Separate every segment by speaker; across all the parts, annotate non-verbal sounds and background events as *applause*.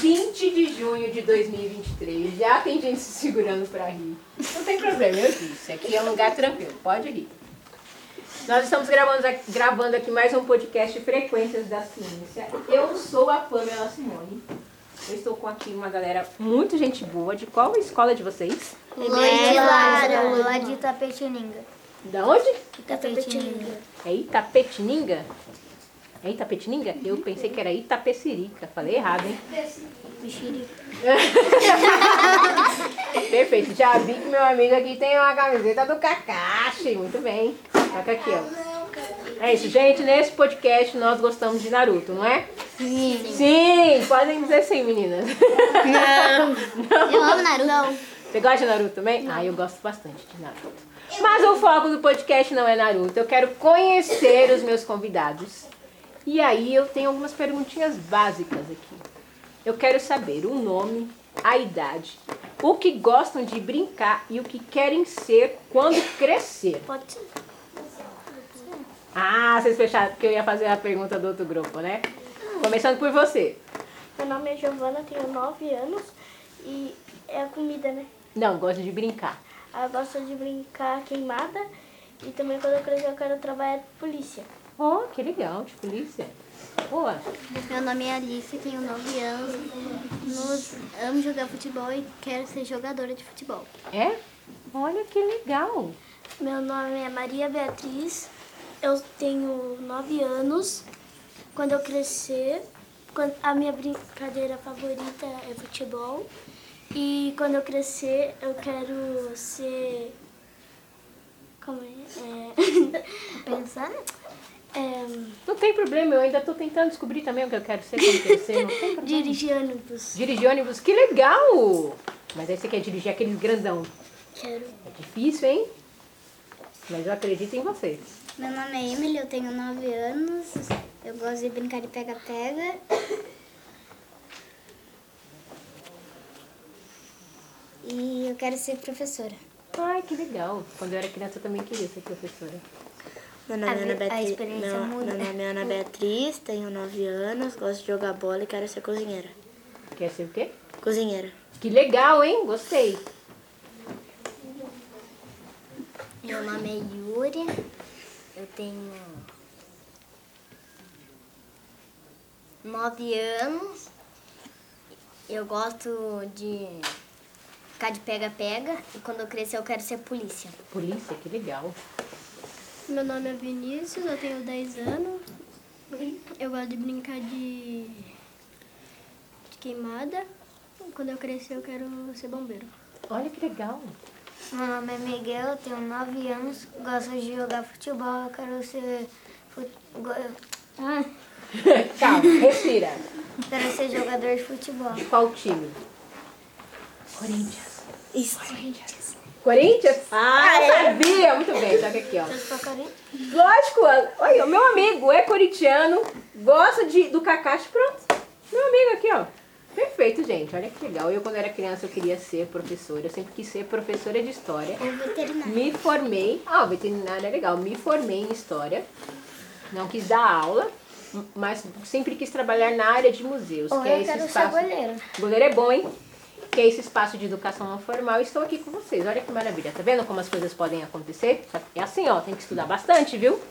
Speaker 1: 20 de junho de 2023. Já tem gente se segurando pra rir. Não tem problema, eu disse. Aqui é um lugar tranquilo, pode rir. Nós estamos gravando, aqui- gravando aqui mais um podcast Frequências da Ciência. Eu sou a Pamela Simone. Eu estou com aqui uma galera muito gente boa. De qual escola de vocês?
Speaker 2: Mãe é de Lázaro, lá de Tapetininga.
Speaker 1: Da onde?
Speaker 2: Tapetininga.
Speaker 1: É Itapetininga? É Itapetininga? Eu pensei que era Itapecerica. Falei errado, hein?
Speaker 2: Mexerica.
Speaker 1: Perfeito. Já vi que meu amigo aqui tem uma camiseta do Kakashi. Muito bem. Toca aqui, ó. É isso, gente. Nesse podcast nós gostamos de Naruto, não é? Sim. Sim, podem dizer sim, meninas.
Speaker 2: Eu amo Naruto. Não.
Speaker 1: Você gosta de Naruto também? Ah, eu gosto bastante de Naruto. Mas o foco do podcast não é Naruto. Eu quero conhecer os meus convidados. E aí eu tenho algumas perguntinhas básicas aqui. Eu quero saber o nome, a idade, o que gostam de brincar e o que querem ser quando crescer.
Speaker 2: Pode ser.
Speaker 1: Ah, vocês fecharam porque eu ia fazer a pergunta do outro grupo, né? Começando por você.
Speaker 3: Meu nome é Giovana, tenho 9 anos e é a comida, né?
Speaker 1: Não, gosto de brincar.
Speaker 3: Eu gosto de brincar queimada e também quando eu crescer eu quero trabalhar de polícia.
Speaker 1: Oh, que legal, de polícia. Boa.
Speaker 2: Meu nome é Alice, tenho 9 anos. Nos- amo jogar futebol e quero ser jogadora de futebol.
Speaker 1: É? Olha que legal.
Speaker 3: Meu nome é Maria Beatriz, eu tenho 9 anos. Quando eu crescer, quan- a minha brincadeira favorita é futebol. E quando eu crescer, eu quero ser. Como é? *laughs*
Speaker 2: Pensar?
Speaker 3: É, é
Speaker 1: Não tem problema, eu ainda tô tentando descobrir também o que eu quero ser quando crescer. Não tem problema.
Speaker 3: dirigir ônibus.
Speaker 1: Dirigir ônibus, que legal! Mas aí você quer dirigir aqueles grandão.
Speaker 3: Quero
Speaker 1: É difícil, hein? Mas eu acredito em você.
Speaker 2: Meu nome é Emily, eu tenho 9 anos. Eu gosto de brincar de pega-pega. E eu quero ser professora.
Speaker 1: Ai, que legal. Quando eu era criança eu também queria ser professora.
Speaker 4: Meu nome
Speaker 2: A
Speaker 4: é
Speaker 2: vi-
Speaker 4: Ana
Speaker 2: a
Speaker 4: Beatriz.
Speaker 2: experiência
Speaker 4: meu,
Speaker 2: muda.
Speaker 4: meu nome é Ana Beatriz, tenho 9 anos, gosto de jogar bola e quero ser cozinheira.
Speaker 1: Quer ser o quê?
Speaker 4: Cozinheira.
Speaker 1: Que legal, hein? Gostei.
Speaker 2: Meu nome é Yuri. Eu tenho nove anos. Eu gosto de ficar de pega-pega e quando eu crescer eu quero ser polícia.
Speaker 1: Polícia, que legal.
Speaker 3: Meu nome é Vinícius, eu tenho 10 anos. Eu gosto de brincar de, de queimada. Quando eu crescer, eu quero ser bombeiro.
Speaker 1: Olha que legal. *laughs*
Speaker 2: Meu nome é Miguel, eu tenho nove anos, gosto de jogar futebol, eu quero ser fut... go- Ah,
Speaker 1: Calma, respira.
Speaker 2: quero ser jogador de futebol.
Speaker 1: De qual time? Corinthians. Isso. Corinthians. Corinthians? Ah, eu sabia. Muito bem, toca aqui, ó. Lógico, olha, o meu amigo é corintiano, gosta de, do Kakashi, pronto. Meu amigo aqui, ó. Perfeito, gente. Olha que legal. Eu, quando era criança, eu queria ser professora. Eu sempre quis ser professora de história.
Speaker 2: Ou veterinário.
Speaker 1: Me formei. Ah, o veterinário é legal. Me formei em história. Não quis dar aula, mas sempre quis trabalhar na área de museus.
Speaker 2: Ou
Speaker 1: que é
Speaker 2: eu
Speaker 1: esse
Speaker 2: quero ser
Speaker 1: espaço.
Speaker 2: goleiro.
Speaker 1: Goleiro é bom, hein? Que é esse espaço de educação não formal. Estou aqui com vocês. Olha que maravilha. Tá vendo como as coisas podem acontecer? É assim, ó. Tem que estudar bastante, viu?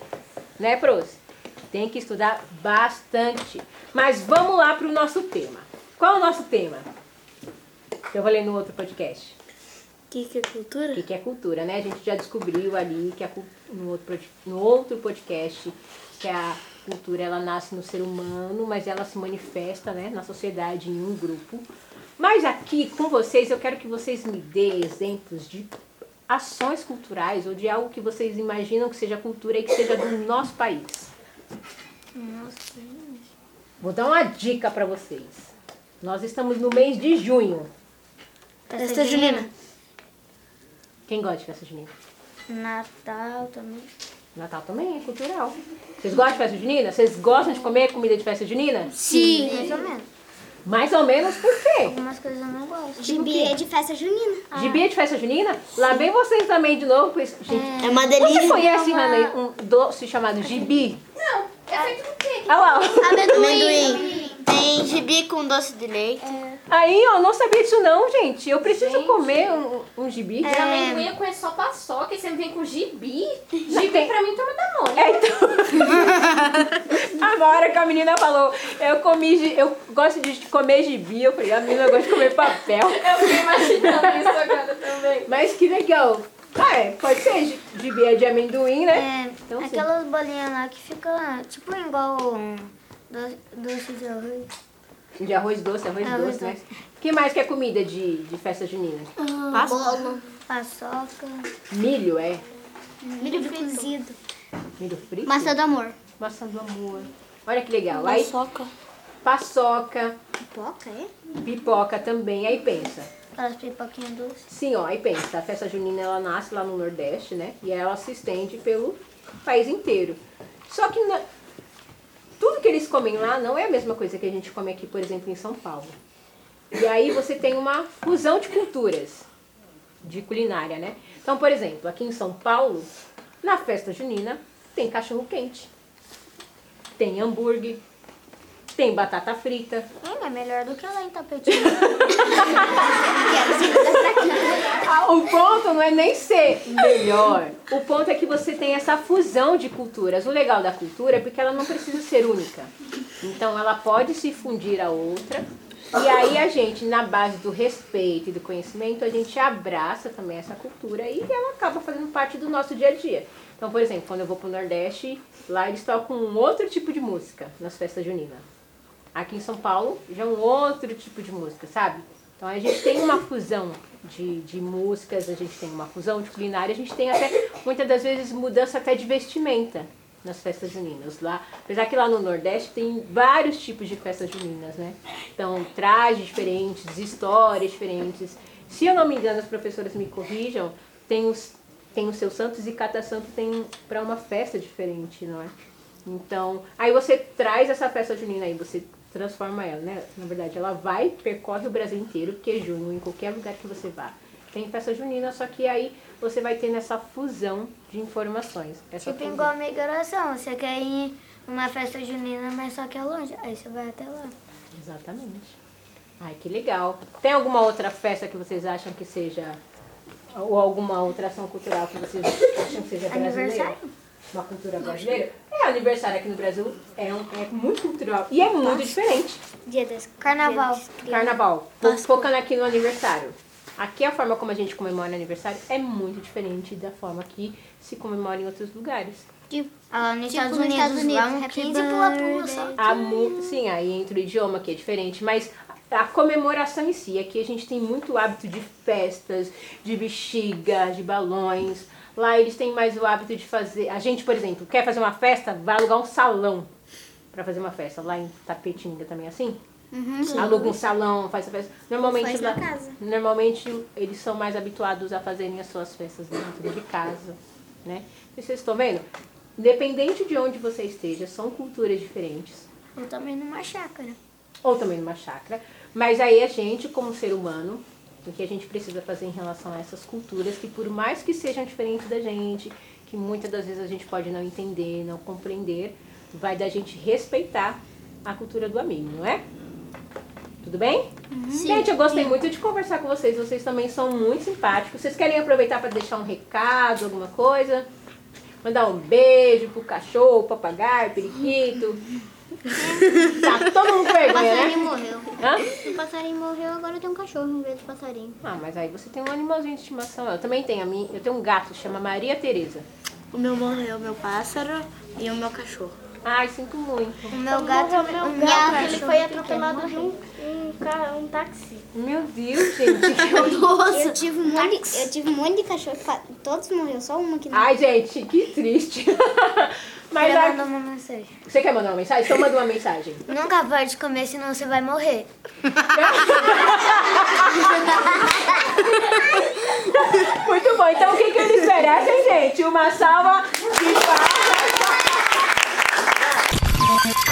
Speaker 1: Né, Pros? Tem que estudar bastante. Mas vamos lá pro nosso tema. Qual é o nosso tema? Eu vou ler no outro podcast.
Speaker 4: O que, que é cultura?
Speaker 1: O que que é cultura, né? A gente já descobriu ali que a, cul- no, outro, pod- no outro podcast que a cultura ela nasce no ser humano, mas ela se manifesta né, na sociedade em um grupo. Mas aqui com vocês eu quero que vocês me deem exemplos de ações culturais ou de algo que vocês imaginam que seja cultura e que seja do nosso país. Vou dar uma dica para vocês. Nós estamos no mês de junho.
Speaker 4: Festa junina.
Speaker 1: Quem gosta de festa junina?
Speaker 2: Natal também.
Speaker 1: Natal também é cultural. Vocês gostam de festa junina? Vocês gostam de comer comida de festa junina?
Speaker 2: Sim. Mais ou menos.
Speaker 1: Mais ou menos por quê?
Speaker 3: Algumas coisas eu não gosto.
Speaker 2: Gibi é de festa junina.
Speaker 1: Gibi é de festa junina? Lá vem vocês também de novo com isso. Gente,
Speaker 4: É uma
Speaker 1: você
Speaker 4: delícia.
Speaker 1: conhece, Hanley, um doce chamado gibi?
Speaker 5: Não, é feito com queijo.
Speaker 1: Olha lá. ó.
Speaker 4: Amendoim. Tem gibi com doce de leite.
Speaker 1: Aí, ó, não sabia disso não, gente. Eu preciso comer um, um gibi.
Speaker 5: É. Amendoim eu conheço só paçoca e você me vem com gibi. Gibi
Speaker 1: tem-
Speaker 5: pra mim toma da mão.
Speaker 1: É, então. *laughs* Agora que a menina falou, eu comi, gi- eu gosto de comer gibi, eu falei, a menina gosta de comer papel.
Speaker 5: Eu fiquei imaginando isso agora também.
Speaker 1: Mas que legal. Ah, é, pode ser gi- gibi é de amendoim, né?
Speaker 6: É,
Speaker 1: Então, sim.
Speaker 6: aquelas bolinhas lá que fica tipo igual um doce, doce de arroz.
Speaker 1: De arroz doce, arroz
Speaker 6: Arroz
Speaker 1: doce, né? O que mais que é comida de, de festa junina?
Speaker 2: Bolo.
Speaker 6: Paçoca.
Speaker 1: Milho, é?
Speaker 2: Milho cozido.
Speaker 1: Milho frito?
Speaker 2: Maçã do amor.
Speaker 1: Maçã do amor. Olha que legal. Aí, paçoca,
Speaker 2: Pipoca, é?
Speaker 1: pipoca também. Aí pensa.
Speaker 6: Aquelas pipoquinhas doces.
Speaker 1: Sim, ó, aí pensa, a festa junina ela nasce lá no Nordeste, né? E ela se estende pelo país inteiro. Só que na- tudo que eles comem lá não é a mesma coisa que a gente come aqui, por exemplo, em São Paulo. E aí você tem uma fusão de culturas, de culinária, né? Então, por exemplo, aqui em São Paulo, na festa junina, tem cachorro quente, tem hambúrguer, tem batata frita,
Speaker 6: Ainda é melhor do que lá em tapetinho.
Speaker 1: Ah, O ponto não é nem ser melhor. O ponto é que você tem essa fusão de culturas. O legal da cultura é porque ela não precisa ser única. Então ela pode se fundir à outra. E aí a gente, na base do respeito e do conhecimento, a gente abraça também essa cultura e ela acaba fazendo parte do nosso dia a dia. Então, por exemplo, quando eu vou pro Nordeste, lá eles tocam um outro tipo de música nas festas juninas. Aqui em São Paulo já é um outro tipo de música, sabe? Então a gente tem uma fusão de, de músicas, a gente tem uma fusão de culinária, a gente tem até, muitas das vezes, mudança até de vestimenta nas festas juninas. Lá, apesar que lá no Nordeste tem vários tipos de festas juninas, né? Então, trajes diferentes, histórias diferentes. Se eu não me engano, as professoras me corrijam, tem os, tem os seus santos e cada santo tem para uma festa diferente, não é? Então, aí você traz essa festa junina aí, você transforma ela, né? Na verdade, ela vai, percorre o Brasil inteiro, porque é junho, em qualquer lugar que você vá. Tem festa junina, só que aí você vai tendo essa fusão de informações. Essa
Speaker 6: Tipo
Speaker 1: fusão.
Speaker 6: igual a migração. Você quer ir numa festa junina, mas só que é longe. Aí você vai até lá.
Speaker 1: Exatamente. Ai, que legal. Tem alguma outra festa que vocês acham que seja. Ou alguma outra ação cultural que vocês acham que seja brasileira?
Speaker 6: Aniversário?
Speaker 1: Uma cultura brasileira? É, aniversário aqui no Brasil é, um- é muito cultural. E é muito diferente.
Speaker 6: Dia das Carnaval.
Speaker 1: Carnaval. Fo- Focando aqui no aniversário. Aqui a forma como a gente comemora aniversário é muito diferente da forma que se comemora em outros lugares.
Speaker 6: Ah, lá nos Estados
Speaker 2: Tipo, nos
Speaker 6: Unidos,
Speaker 2: Estados Unidos,
Speaker 6: lá um
Speaker 2: happy
Speaker 6: que
Speaker 2: birthday.
Speaker 6: pula, pula, só.
Speaker 1: A mu- Sim, aí entra o idioma que é diferente, mas a comemoração em si, aqui a gente tem muito hábito de festas, de bexiga, de balões. Lá eles têm mais o hábito de fazer. A gente, por exemplo, quer fazer uma festa, vai alugar um salão pra fazer uma festa. Lá em Tapetinga também é assim? Aluga um salão, faz a festa. Normalmente,
Speaker 2: Uhum. Faz
Speaker 1: lá-
Speaker 2: na casa.
Speaker 1: normalmente eles são mais habituados a fazerem as suas festas dentro de casa, né? E vocês estão vendo? Independente de onde você esteja, são culturas diferentes
Speaker 6: Ou também numa chácara.
Speaker 1: ou também numa chácara. Mas aí a gente, como ser humano, o que a gente precisa fazer em relação a essas culturas, que por mais que sejam diferentes da gente, que muitas das vezes a gente pode não entender, não compreender, vai da gente respeitar a cultura do amigo, não é? Tudo bem? Gente, eu gostei muito de conversar com vocês. Vocês também são muito simpáticos. Vocês querem aproveitar para deixar um recado, alguma coisa? Mandar um beijo pro cachorro, papagaio, periquito. Tá todo mundo com
Speaker 2: O
Speaker 1: vergonha, né?
Speaker 2: passarinho morreu.
Speaker 1: Hã?
Speaker 2: O passarinho morreu, agora tem um cachorro em vez de passarinho.
Speaker 1: Ah, mas aí você tem um animalzinho de estimação. Eu também tenho a minha. Eu tenho um gato, chama Maria Tereza.
Speaker 4: O meu morreu, o meu pássaro e o meu cachorro.
Speaker 1: Ai, sinto muito.
Speaker 6: O meu gato, o Então, meu gato,
Speaker 3: Ele foi atropelado por um, um, ca- um táxi.
Speaker 1: Meu Deus, gente.
Speaker 2: Eu tive um monte, eu tive um monte de cachorro, fa- todos morreram, só uma que não.
Speaker 1: Ai, gente, que triste. *laughs* mas
Speaker 6: ele
Speaker 1: ai,
Speaker 6: mandou uma mensagem.
Speaker 1: você quer mandar uma mensagem? Então manda uma mensagem. *laughs*
Speaker 6: Nunca pode comer, senão você vai morrer.
Speaker 1: Muito bom. Então o que, que eles merecem, gente? Uma salva de palmas.